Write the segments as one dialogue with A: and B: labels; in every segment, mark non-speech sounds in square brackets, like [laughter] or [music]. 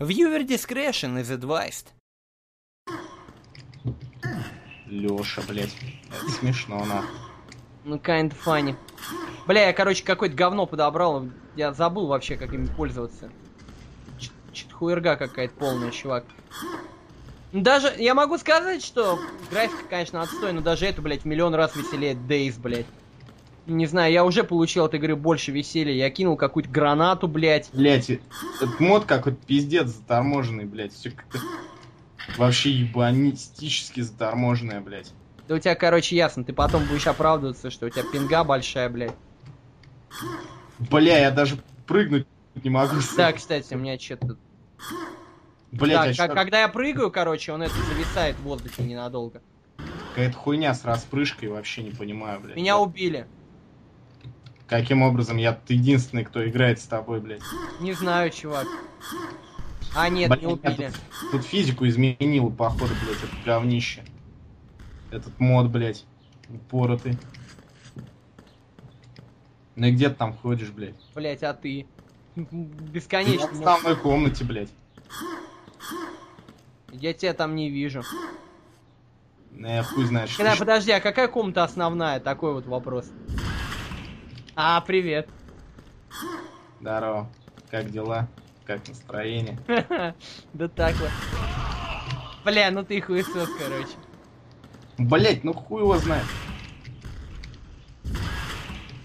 A: Viewer discretion is advised.
B: Леша, блядь. Это смешно, на.
C: Ну, kind of funny. Бля, я, короче, какое-то говно подобрал. Я забыл вообще, как ими пользоваться. Ч- Чё-то хуерга какая-то полная, чувак. Ну, Даже, я могу сказать, что графика, конечно, отстой, но даже эту, блядь, в миллион раз веселее Days, блядь. Не знаю, я уже получил от игры больше веселья. Я кинул какую-то гранату, блядь.
B: Блядь, э- этот мод какой-то пиздец заторможенный, блядь. Все как-то вообще ебанистически заторможенное, блядь.
C: Да у тебя, короче, ясно, ты потом будешь оправдываться, что у тебя пинга большая, блядь.
B: Бля, я даже прыгнуть не могу.
C: Да, кстати, у меня что-то... Да,
B: Блядь, а
C: ка-
B: чё-
C: когда я прыгаю, короче, он это зависает в воздухе ненадолго.
B: какая-то хуйня с распрыжкой, вообще не понимаю, блядь.
C: Меня убили.
B: Каким образом? Я ты единственный, кто играет с тобой, блядь.
C: Не знаю, чувак. А, нет,
B: Блин,
C: не убили.
B: я тут, тут физику изменил, походу, блядь, это говнище. Этот мод, блядь, упоротый. Ну и где ты там ходишь, блядь?
C: Блять, а ты? [laughs]
B: Я
C: Бесконечно.
B: в самой комнате, блядь.
C: Я тебя там не вижу.
B: Ну, я хуй знает, что
C: Когда,
B: ещё.
C: подожди, а какая комната основная? Такой вот вопрос. А, привет.
B: Здорово. Как дела? Как настроение?
C: Да так вот. Бля, ну ты хуесос, короче.
B: Блять, ну хуй его знает.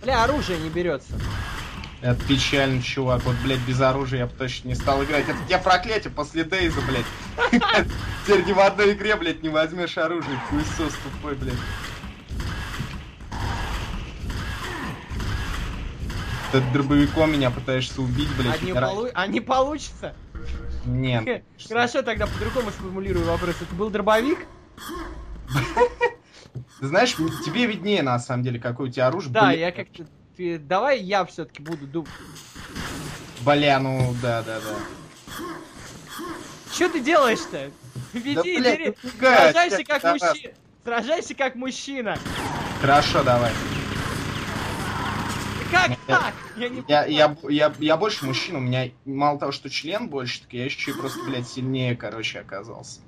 C: Бля, оружие не берется.
B: Это печально, чувак. Вот, блядь, без оружия я бы точно не стал играть. Это тебе проклятие после Дейза, блядь. [laughs] Теперь ни в одной игре, блядь, не возьмешь оружие. Хуйсос тупой, блядь. Ты дробовиком меня пытаешься убить, блядь.
C: А не,
B: пидорас.
C: полу- а не получится?
B: [laughs] Нет.
C: [laughs] Хорошо, тогда по-другому сформулирую вопрос. Это был дробовик?
B: Ты знаешь, м- тебе виднее, на самом деле, какое у тебя оружие.
C: Да,
B: Бля-
C: я как-то... ты- Давай я все-таки буду думать.
B: Бля, ну, да-да-да.
C: Что ты делаешь-то? Веди,
B: блядь,
C: бери.
B: ну фига,
C: Сражайся
B: всех
C: как
B: пидорас.
C: мужчина. Сражайся как мужчина.
B: Хорошо, давай.
C: Как
B: Нет.
C: так? Я не
B: Я,
C: понимаю.
B: я, я, я больше мужчина, у меня мало того, что член больше, так я еще и просто, блядь, сильнее, короче, оказался.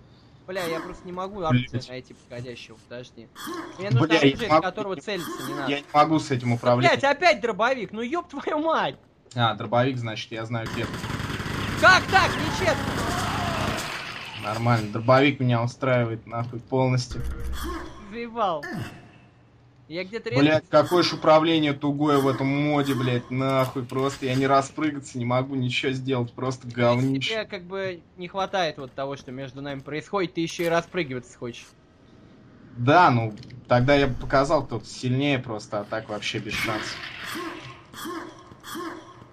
C: Бля, я просто не могу оружие
B: Блядь.
C: найти подходящего, подожди. Мне нужно
B: Бля, я
C: оружие, из
B: могу-
C: которого целиться не
B: Я
C: надо.
B: не могу с этим управлять.
C: Блять, опять дробовик, ну ёб твою мать!
B: А, дробовик, значит, я знаю где.
C: Как так, нечестно?
B: Нормально, дробовик меня устраивает, нахуй, полностью.
C: Заебал. Я где-то
B: Блядь,
C: резко...
B: какое ж управление тугое в этом моде, блядь, нахуй, просто я не распрыгаться не могу, ничего сделать, просто говнище.
C: Тебе как бы не хватает вот того, что между нами происходит, ты еще и распрыгиваться хочешь.
B: Да, ну, тогда я бы показал, кто сильнее просто, а так вообще без шансов.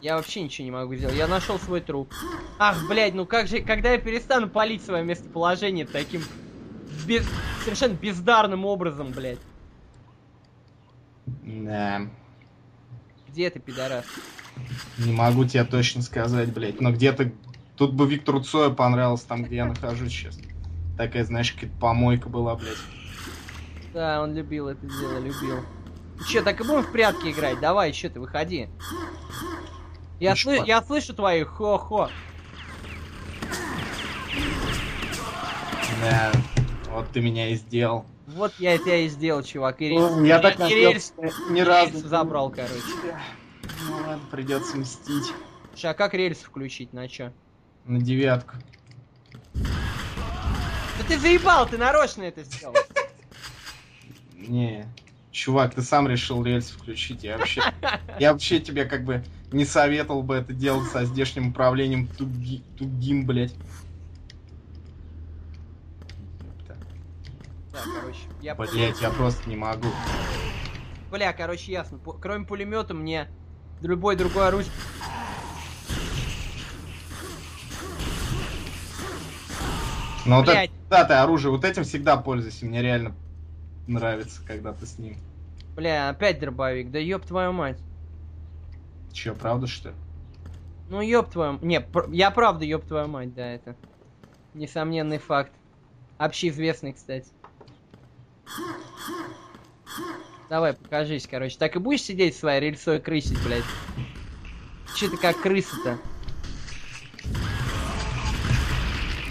C: Я вообще ничего не могу сделать. Я нашел свой труп. Ах, блядь, ну как же, когда я перестану палить свое местоположение таким без- совершенно бездарным образом, блядь.
B: Да,
C: Где ты, пидорас?
B: не могу тебе точно сказать, блядь, но где-то... Тут бы Виктору Цою понравилось, там, где я нахожусь сейчас. Такая, знаешь, какая-то помойка была, блядь.
C: Да, он любил это дело, любил. Че, так и будем в прятки играть? Давай, еще ты, выходи. Я,
B: Ну чё,
C: слы-
B: пап?
C: я слышу твои хо-хо.
B: Да, вот ты меня и сделал.
C: Вот я тебя и сделал, чувак. И рельс-
B: Ну, Я так
C: и
B: надеялся
C: рельс-
B: ни
C: рельс
B: разу.
C: забрал, короче.
B: Ну ладно, придется мстить
C: Слушай, а как рельс включить, на чё?
B: на девятку.
C: Да ты заебал, ты нарочно это сделал.
B: Не, чувак, ты сам решил рельсы включить. Я вообще, я вообще тебе как бы не советовал бы это делать со здешним управлением туги- тугим, блядь. Ёпта.
C: Да, короче, я понял.
B: Блядь, я просто не могу.
C: Бля, короче, ясно. Пу- Кроме пулемета мне любой другой оружие.
B: Но Ну, вот
C: Блядь.
B: это, да, ты оружие, вот этим всегда пользуйся. Мне реально нравится, когда ты с ним.
C: Бля, опять дробовик. Да ёб твою мать.
B: Че, правда что ли?
C: Ну ёб твою... м- Не, пр- я правда ёб твою мать, да, это. Несомненный факт. Общеизвестный, кстати. Давай, покажись, короче. Так и будешь сидеть своей рельсой крысить, блядь? Че ты как крыса-то?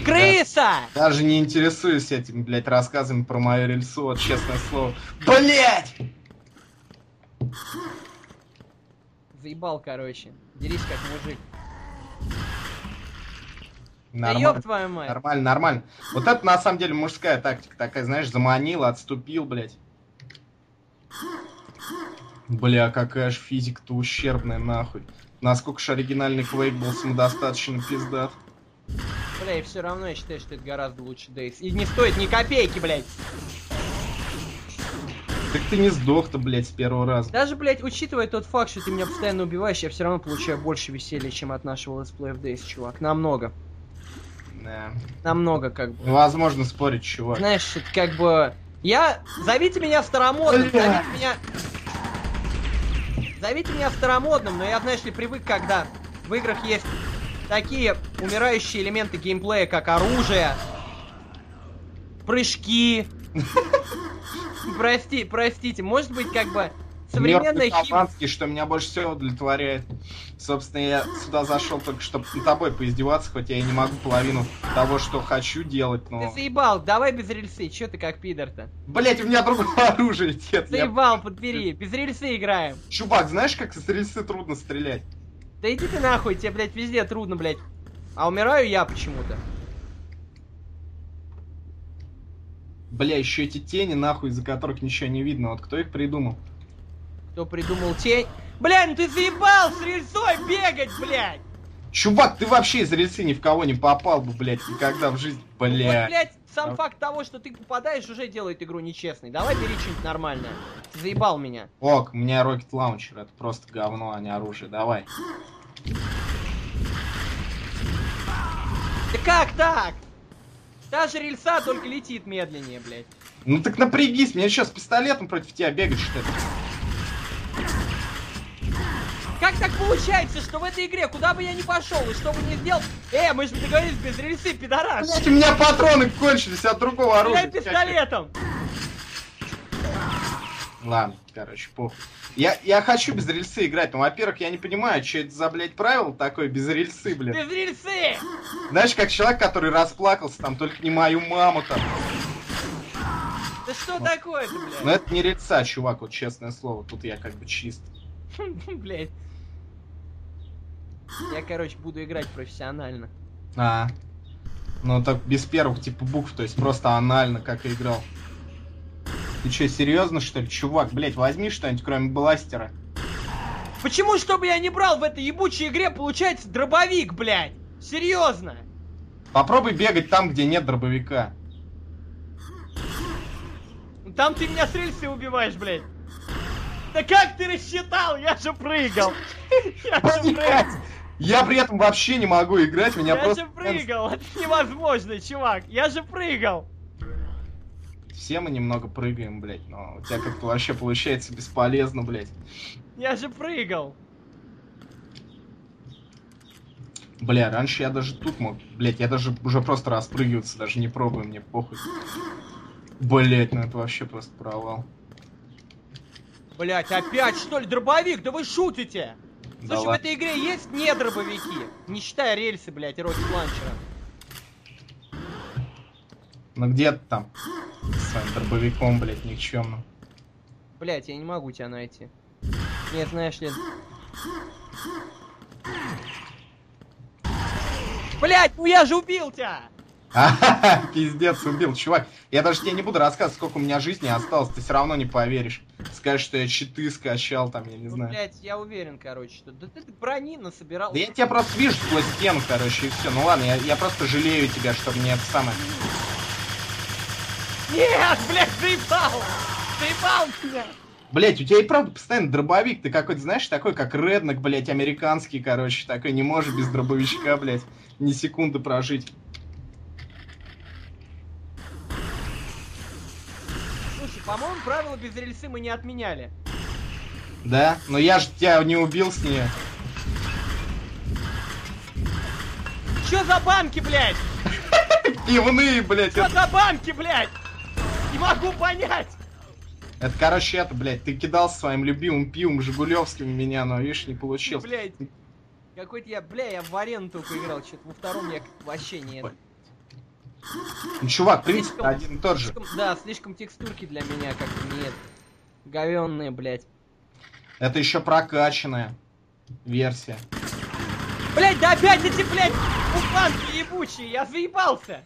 C: крыса!
B: Даже не интересуюсь этим, блядь, рассказами про мою рельсу, вот честное слово. Блять!
C: Заебал, короче. Дерись как мужик. Да ёб
B: Нормально,
C: твою мать.
B: нормально, нормально. Вот это на самом деле мужская тактика такая, знаешь, заманила, отступил, блядь. Бля, какая ж физика-то ущербная, нахуй. Насколько ж оригинальный Квейк был самодостаточно пиздат.
C: Бля, и все равно я считаю, что это гораздо лучше Дейс. И не стоит ни копейки, блядь.
B: Так ты не сдох-то, блядь, с первого раза.
C: Даже, блядь, учитывая тот факт, что ты меня постоянно убиваешь, я все равно получаю больше веселья, чем от нашего летсплея в Дейс, чувак. Намного.
B: Да.
C: Намного, как бы.
B: Невозможно спорить, чувак.
C: Знаешь, это как бы... Я... Зовите меня старомодным,
B: Бля.
C: зовите меня... Зовите меня старомодным, но я, знаешь ли, привык, когда в играх есть такие умирающие элементы геймплея, как оружие, прыжки.
B: [laughs]
C: Прости, простите, может быть, как бы современная
B: Мёртвый
C: химия...
B: шаманский, что меня больше всего удовлетворяет. Собственно, я сюда зашел только, чтобы над тобой поиздеваться, хоть я и не могу половину того, что хочу делать,
C: Ты
B: но...
C: заебал, давай без рельсы, чё ты как пидор-то?
B: Блять, у меня другое [laughs] оружие, нет. я-
C: Заебал, подбери, без рельсы играем.
B: Чувак, знаешь, как с рельсы трудно стрелять?
C: Да иди ты нахуй, тебе, блядь, везде трудно, блядь. А умираю я почему-то.
B: Бля, еще эти тени, нахуй, из-за которых ничего не видно. Вот кто их придумал?
C: Кто придумал тень? Бля, ну ты заебал с рельсой бегать, блядь!
B: Чувак, ты вообще из рельсы ни в кого не попал бы, блять, никогда в жизни,
C: Ну, Вот,
B: бля. А
C: блядь, сам
B: Да.
C: факт того, что ты попадаешь, уже делает игру нечестной. Давай бери что-нибудь нормальное. Ты заебал меня.
B: Ок, у меня Rocket Launcher, это просто говно, а не оружие, давай.
C: Да как так? Та же рельса только летит медленнее, блядь.
B: Ну так напрягись, мне сейчас пистолетом против тебя бегать, что ли?
C: Как так получается, что в этой игре, куда бы я ни пошел и что бы ни сделал... Э, мы же договорились без рельсы, пидорас!
B: Блять, у меня патроны кончились от другого оружия.
C: Стреляй пистолетом!
B: Ладно, короче, похуй. Я, я хочу без рельсы играть, но, во-первых, я не понимаю, что это за, блядь, правило такое без рельсы, блядь.
C: Без рельсы!
B: Знаешь, как человек, который расплакался, там, только не мою маму, там.
C: Да что такое-то, блядь? [laughs]
B: Но это не рельса, чувак, вот честное слово, тут я как бы чист.
C: Блять. Ну, Я, короче, буду играть профессионально.
B: А, ну так без первых, типа, букв, то есть просто анально, как и играл. Ты что, серьезно, что ли? Чувак, блядь, возьми что-нибудь, кроме бластера.
C: Почему, чтобы я не брал в этой ебучей игре, получается дробовик, блядь? Серьезно?
B: Попробуй бегать там, где нет дробовика.
C: Ну, Там ты меня с рельсы убиваешь, блядь. Да как ты рассчитал? Я же прыгал. [laughs] Я же прыгал.
B: Блядь! Я при этом вообще не могу играть, меня
C: Я
B: просто...
C: же прыгал. Это невозможно, чувак. Я же прыгал.
B: Все мы немного прыгаем, блядь, но у тебя как-то вообще получается бесполезно, блядь.
C: Я же прыгал.
B: Бля, раньше я даже тут мог, блядь, я даже уже просто распрыгиваться, даже не пробую, мне похуй. Блять, ну это вообще просто провал.
C: Блять, опять что ли дробовик? Да вы шутите!
B: Да
C: Слушай, в
B: ладно.
C: этой игре есть не дробовики, не считая рельсы, блядь, и рокет ланчера.
B: Ну где ты там? С своим дробовиком, блядь, никчемным. [laughs]
C: Блять, я не могу тебя найти. Нет, знаешь ли... Блять, ну я же убил тебя!
B: Ха-ха, пиздец, убил, чувак. Я даже тебе не буду рассказывать, сколько у меня жизни осталось, ты все равно не поверишь. Скажешь, что я читы скачал, там, я не
C: Ну,
B: знаю.
C: блядь, я уверен, короче, что... Да ты брони насобирал.
B: Да я тебя просто вижу сквозь стену, короче, и все. Ну ладно, я, я просто жалею тебя, что мне это самое.
C: Нет, блядь, заебал! Заебал меня!
B: Блять, у тебя и правда постоянно дробовик. Ты какой-то, знаешь, такой, как Реднок, блять, американский, короче, такой не может без дробовичка, блять, ни секунды прожить.
C: Слушай, по-моему, правила без рельсы мы не отменяли.
B: Да? Но я же тебя не убил с нее.
C: Чё за банки, блядь?
B: Пивные, блять.
C: Чё
B: Это,
C: за банки, блядь? Не могу понять!
B: это, короче, это, блять, ты кидал своим любимым пивом Жигулевским в меня, но видишь, не получилось.
C: Блядь. Какой-то я, бля, я в арену только играл, что-то во втором я как-то вообще не это.
B: Ну, чувак, принцип один и тот же.
C: Слишком- да, слишком текстурки для меня как-то нет. Говенные, блядь.
B: Это еще прокачанная версия.
C: Блядь, да опять эти, блядь, мутанты ебучие, я заебался!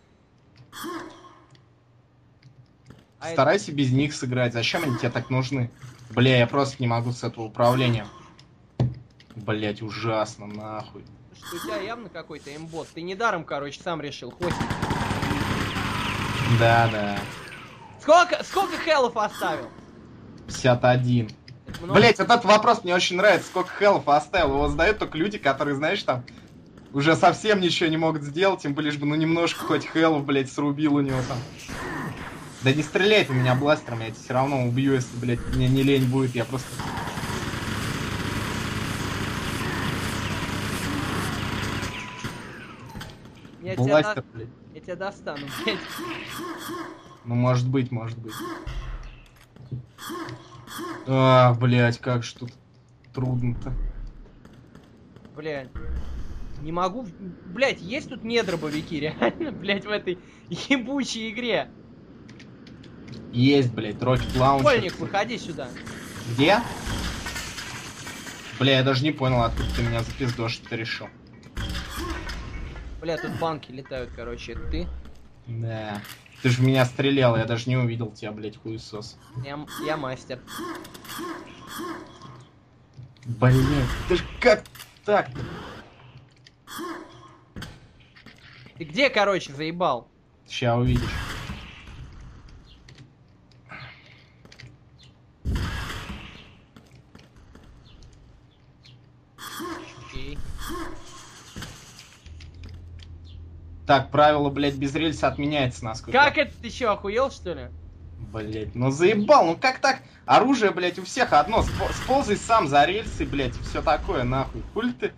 C: А это-
B: Старайся без них сыграть. Зачем они тебе так нужны? Бля, я просто не могу с этого управления. Блять, ужасно, нахуй.
C: Слушай, у тебя явно какой-то имбот. Ты недаром, короче, сам решил. Хвост.
B: Да, да.
C: Сколько, сколько хеллов оставил?
B: 51.
C: Это много.
B: Блять, вот этот вопрос мне очень нравится. Сколько хеллов оставил? Его задают только люди, которые, знаешь, там уже совсем ничего не могут сделать. Им бы лишь бы, ну, немножко хоть хеллов, блять, срубил у него там. Да не стреляй ты меня бластером, я тебя все равно убью, если, блять, мне не лень будет. Я просто
C: Я тебя,
B: бластер,
C: до-
B: блядь.
C: я тебя достану, блядь.
B: Ну, может быть, может быть. А, блядь, как же тут трудно-то.
C: Блядь. Не могу... в- Блядь, есть тут недробовики, [laughs] реально, блядь, в этой ебучей игре.
B: Есть, блядь, Rocket Launcher.
C: Школьник, выходи сюда.
B: Где? Бля, я даже не понял, откуда ты меня запиздошь, ты решил.
C: Бля, тут банки летают, короче, это ты.
B: Да. Ты же в меня стрелял, я даже не увидел тебя, блядь, хуесос.
C: Я, м- я мастер.
B: Блядь, ты ж как так?
C: Ты где, короче, заебал?
B: Сейчас увидишь.
C: Окей.
B: Так, правило, блядь, без рельса отменяется, насколько я
C: Как это ты чё, охуел, что ли?
B: Блять, ну заебал, ну как так? Оружие, блять, у всех одно. Спо- Сползай сам за рельсы, блять, все такое, нахуй. Хули ты?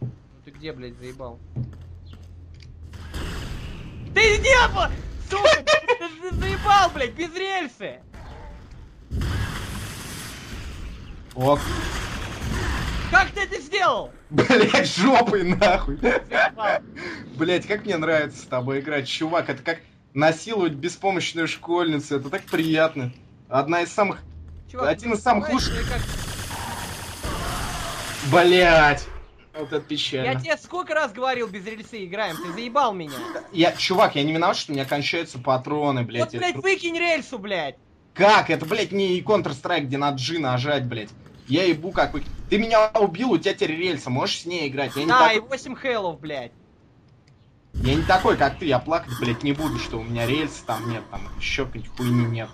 C: Ну ты где, блядь, заебал? Ты где, бо- Сука, ты за- заебал, блядь, без рельсы!
B: [laughs] Ок.
C: Как ты это сделал?
B: Блять, жопой, нахуй.
C: Заебал.
B: Блять, как мне нравится с тобой играть, чувак. Это как насиловать беспомощную школьницу. Это так приятно. Одна из самых...
C: Чувак,
B: Один
C: ты
B: из самых
C: понимаешь,
B: лучших.
C: я как-
B: Блять. Вот это печально.
C: Я тебе сколько раз говорил, без рельсы играем, ты заебал меня.
B: Я- чувак, я не виноват, что у меня кончаются патроны, блять.
C: Вот, блядь, выкинь рельсу, блядь.
B: Как? Это, блядь, не Counter-Strike, где надо G нажать, блядь. Я ебу как вы... Ты меня убил, у тебя теперь рельса, можешь с ней играть? Я не,
C: Да,
B: так-
C: и 8 хеллов, блядь.
B: я не такой, как ты, я плакать, блядь, не буду, что у меня рельса там нет, там еще какой-нибудь хуйни нет.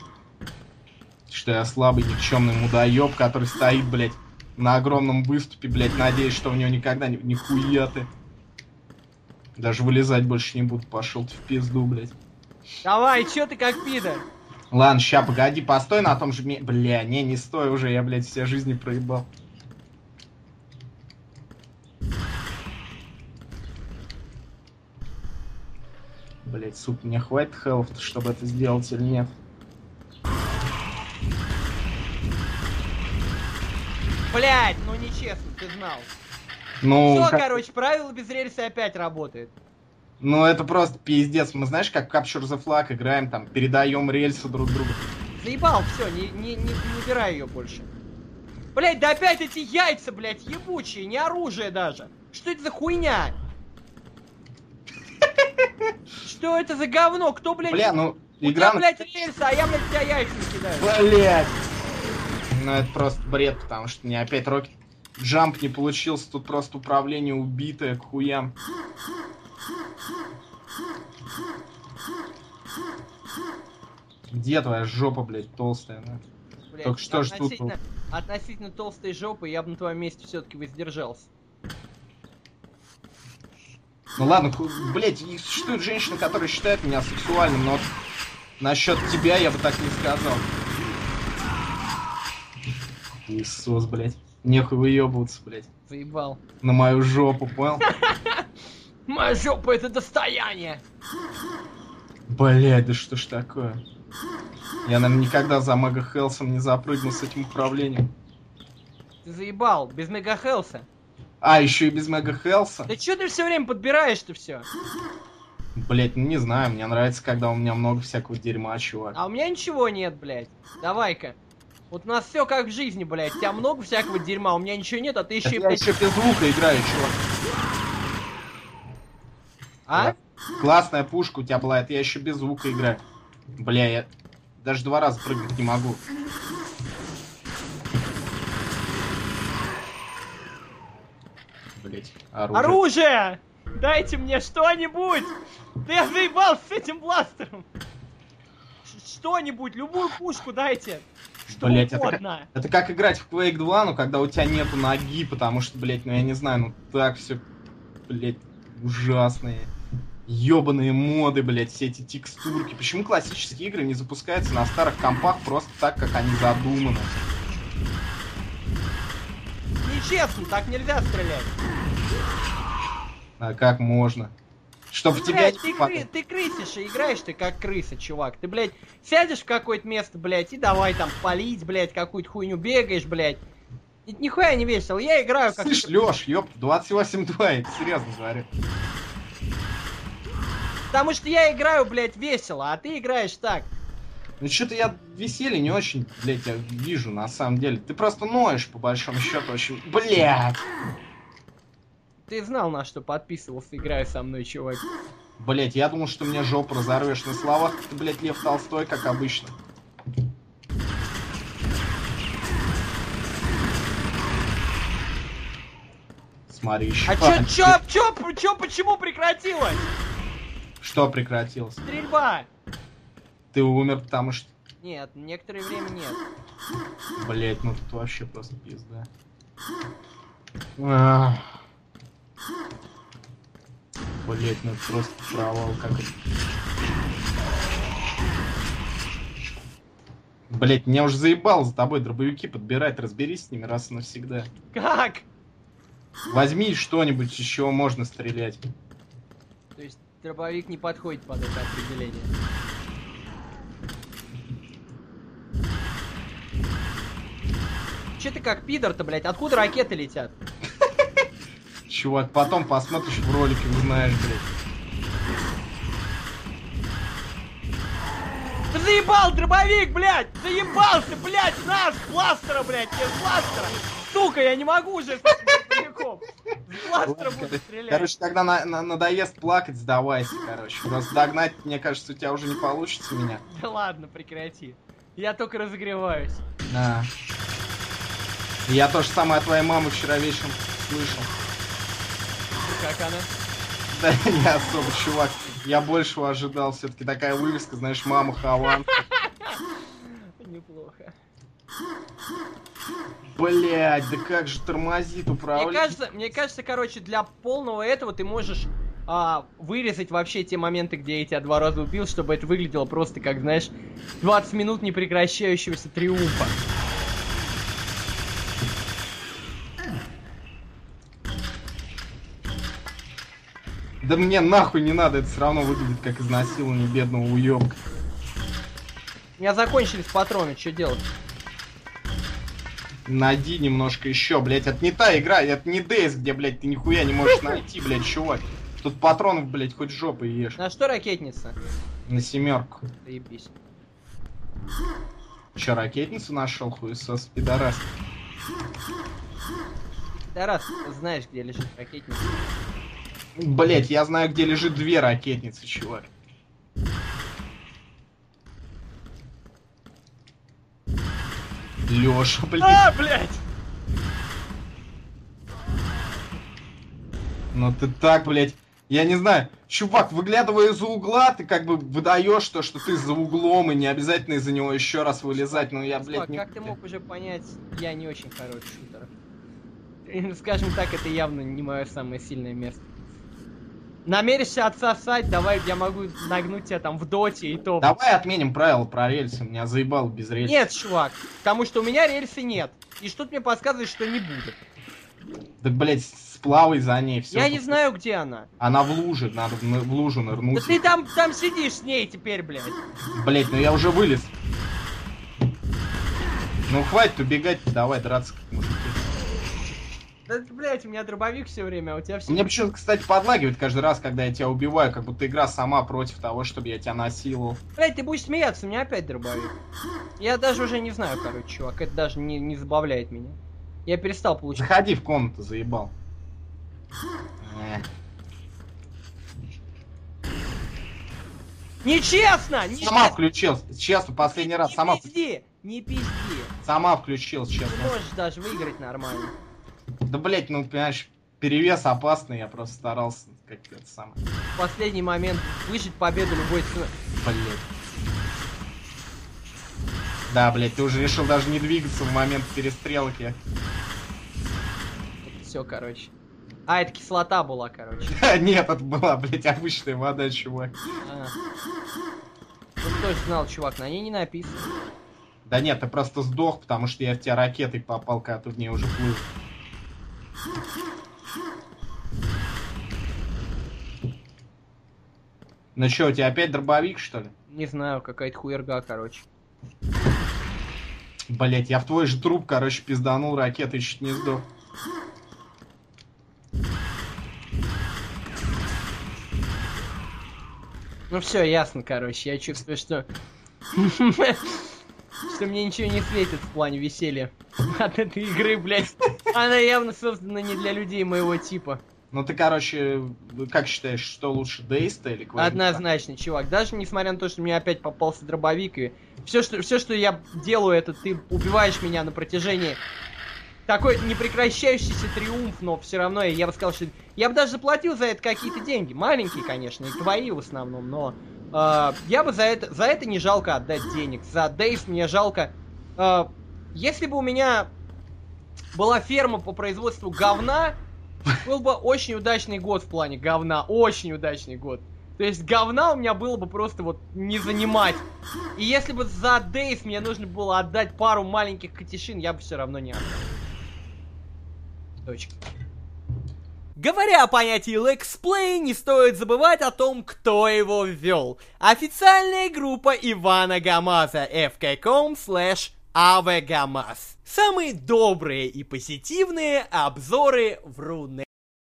B: Что я слабый, никчемный мудоеб, который стоит, блядь, на огромном выступе, блядь, надеюсь, что у него никогда ни... нихуя ты. Даже вылезать больше не буду, пошел ты в пизду, блядь.
C: Давай, чё ты как пидор?
B: Ладно, ща, погоди, постой на том же ме- Бля, не, не стой уже, я, блядь, все жизни проебал. Блять, суп, мне хватит хелф, чтобы это сделать или нет?
C: Блядь, ну нечестно, ты знал.
B: Ну,
C: Все,
B: как-
C: короче, правило без рельсы опять работает.
B: ну это просто пиздец. Мы знаешь, как в Capture the Flag играем, там, передаем рельсы друг другу.
C: Заебал, все, не, не, не, не убирай ее больше. Блять, да опять эти яйца, блять, ебучие, не оружие даже. Что это за хуйня? Что это за говно? Кто, блядь,
B: Бля, ну,
C: у
B: игра...
C: тебя,
B: на-
C: блядь, рельсы, а я, блядь, тебя яйцами кидаю.
B: Блять! Ну это просто бред, потому что мне опять Rocket Jump не получился, тут просто управление убитое к хуям. Где твоя жопа, блядь, толстая? на?
C: Блядь,
B: Так что ж тут
C: относительно, относительно толстой жопы я бы на твоем месте все-таки воздержался.
B: Ну ладно, ху- блядь, и существуют женщины, которые считают меня сексуальным, но вот насчет тебя я бы так не сказал. Иисус, блядь. Нехуй выебываться, блядь.
C: Заебал.
B: На мою жопу, понял?
C: Моя жопа это достояние!
B: Блять, да что ж такое? Я, наверное, никогда за Мега Хелсом не запрыгнул с этим управлением.
C: Ты заебал, без мегахелса.
B: А, еще и без мега хелса.
C: Да чё ты все время подбираешь-то все?
B: Блять, ну не знаю, мне нравится, когда у меня много всякого дерьма, чувак.
C: А у меня ничего нет, блядь. Давай-ка. Вот у нас все как в жизни, блядь. У тебя много всякого дерьма, у меня ничего нет, а ты
B: Так
C: еще и,
B: я
C: блядь,
B: еще без лука играю, чувак.
C: а?
B: Классная пушка у тебя была, это я еще без лука играю. Бля, я даже два раза прыгнуть не могу. Блять, оружие.
C: Оружие! Дайте мне что-нибудь! Ты заебался с этим бластером! Ш- Что-нибудь, любую пушку дайте! Что
B: Блядь, это как-
C: угодно!
B: Это как играть в Quake 2, ну, когда у тебя нету ноги, потому что, блядь, ну, я не знаю, ну, так все, блядь, ужасные. Ёбаные моды, блядь, все эти текстурки. Почему классические игры не запускаются на старых компах просто так, как они задуманы?
C: Нечестно, так нельзя стрелять! А
B: А как можно? Чтоб в тебя
C: Блядь,
B: не
C: ты, кры-
B: попадали.
C: ты крысишь и играешь ты как крыса, чувак. Ты, блядь, сядешь в какое-то место, блядь, и давай там палить, блядь, какую-то хуйню бегаешь, блядь. И нихуя не весело, я играю как...
B: Слышь, Лёш, ёб, 28.2, я тебе серьезно говорю.
C: Потому что я играю, блядь, весело, а ты играешь так.
B: Ну что-то я веселье не очень, блядь, я вижу, на самом деле. Ты просто ноешь, по большому счету, очень... Блядь!
C: Ты знал, на что подписывался, играя со мной, чувак.
B: Блять, я думал, что мне жопу разорвешь на словах. Ты, блять, Лев Толстой, как обычно. Смотри, еще.
C: А чё, чё, чё, чё, почему прекратилась
B: Что прекратилось?
C: стрельба?
B: Ты умер, потому что,
C: Нет, некоторое время нет.
B: блять, ну тут вообще просто пизда. А. Ах. Блять, ну это просто провал, как это. Блять, меня уже заебал за тобой дробовики подбирать, разберись с ними раз и навсегда.
C: Как?
B: Возьми что-нибудь, из чего можно стрелять.
C: То есть дробовик не подходит под это определение. Че ты как пидор-то, блядь? Откуда ракеты летят?
B: Чувак, потом посмотришь в ролике, узнаешь, блять.
C: Ты заебал, дробовик, блядь! Заебался, блядь, нас, с бластера, блядь, без бластера! Сука, я не могу уже с этим дробовиком! А С бластера
B: Ладно,
C: буду
B: короче,
C: стрелять!
B: Короче, когда на- на- надоест плакать, сдавайся, короче. Просто догнать, мне кажется, у тебя уже не получится меня.
C: Да ладно, прекрати. Я только разогреваюсь.
B: Да. Я то же самое от твоей мамы вчера вечером слышал. [laughs]
C: Как она?
B: Да не особо, чувак. Я большего ожидал. Все-таки такая вывеска, знаешь, мама Хаван.
C: Неплохо.
B: Блять, да как же тормозит управление.
C: Мне кажется, мне кажется, короче, для полного этого ты можешь а, вырезать вообще те моменты, где я тебя два раза убил, чтобы это выглядело просто как, знаешь, 20 минут непрекращающегося триумфа.
B: Да мне нахуй не надо, это все равно выглядит как изнасилование бедного уебка.
C: У меня закончились патроны, что делать?
B: Найди немножко еще, блять, это не та игра, это не Дейс, где, блять, ты нихуя не можешь найти, блять, чувак. Тут патронов, блять, хоть жопой ешь.
C: На что ракетница?
B: На семерку.
C: Заебись.
B: Че, ракетницу нашел, хуесос, пидорас.
C: Да раз, знаешь, где лежит ракетница.
B: Блять, я знаю, где лежит две ракетницы, чувак. Лёша, блядь.
C: А, блядь!
B: Ну ты так, блядь. Я не знаю, чувак, выглядывая из-за угла, ты как бы выдаешь то, что ты за углом, и не обязательно из-за него еще раз вылезать. Ну я, блядь,
C: Чувак,
B: не...
C: как ты мог уже понять, я не очень хороший шутер. [laughs] Скажем так, это явно не мое самое сильное место. Намеришься отсосать, давай я могу нагнуть тебя там в доте и то.
B: Давай отменим правила про рельсы, меня заебало без рельс.
C: Нет, чувак, потому что у меня рельсы нет. И что-то мне подсказывает, что не будет.
B: Так, блядь, сплавай за ней, все.
C: я не знаю, где она.
B: Она в луже, надо в, ны- в лужу
C: Да
B: нырнуть.
C: ты там, там сидишь с ней теперь, блядь.
B: Блять, ну я уже вылез. Ну хватит убегать, давай драться как мужики.
C: Да, блядь, у меня дробовик все время, а у тебя все...
B: Мне почему-то, кстати, подлагивает каждый раз, когда я тебя убиваю, как будто игра сама против того, чтобы я тебя насиловал.
C: Блядь, ты будешь смеяться, у меня опять дробовик. Я даже уже не знаю, короче, чувак, это даже не, не забавляет меня. Я перестал получать...
B: Заходи в комнату, заебал. Э,
C: Нечестно! Нечестно!
B: Сама включилась, честно, последний раз,
C: не
B: сама,
C: пизди! Не пизди!
B: сама включилась,
C: Ты
B: честно.
C: можешь даже выиграть нормально.
B: Да, блять, ну, понимаешь, перевес опасный, я просто старался, как это самое.
C: В последний момент выжить победу любой ценой.
B: Блять. Да, блять, ты уже решил даже не двигаться в момент перестрелки.
C: Все, короче. А, это кислота была, короче.
B: [laughs] Нет, это была, блять, обычная вода, чувак.
C: А. Ну кто ж знал, чувак, на ней не написано.
B: Да нет, ты просто сдох, потому что я в тебя ракетой попал, когда ты в ней уже плыл. Ну чё, у тебя опять дробовик, что ли?
C: Не знаю, какая-то хуерга, короче.
B: Блять, я в твой же труп, короче, пизданул ракетой, чуть не сдох.
C: Ну все, ясно, короче. Я чувствую, что... [laughs] Что мне ничего не светит в плане веселья [laughs] от этой игры, блядь. Она явно создана не для людей моего типа.
B: Ну ты, короче, как считаешь, что лучше, Дейста или Квазимира?
C: Однозначно, чувак. Даже несмотря на то, что мне опять попался дробовик, и все, что, все, что я делаю, это ты убиваешь меня на протяжении такой непрекращающийся триумф, но все равно я, я бы сказал, что я бы даже заплатил за это какие-то деньги. Маленькие, конечно, и твои в основном, но э, я бы за это, за это не жалко отдать денег. За Дейс мне жалко. Э, если бы у меня была ферма по производству говна, был бы очень удачный год в плане говна. Очень удачный год. То есть говна у меня было бы просто вот не занимать. И если бы за Дейс мне нужно было отдать пару маленьких катишин, я бы все равно не отдал. Точка.
A: Говоря о понятии лексплей, не стоит забывать о том, кто его ввел. Официальная группа Ивана Гамаза fk.com slash avgamaz. Самые добрые и позитивные обзоры в Руне.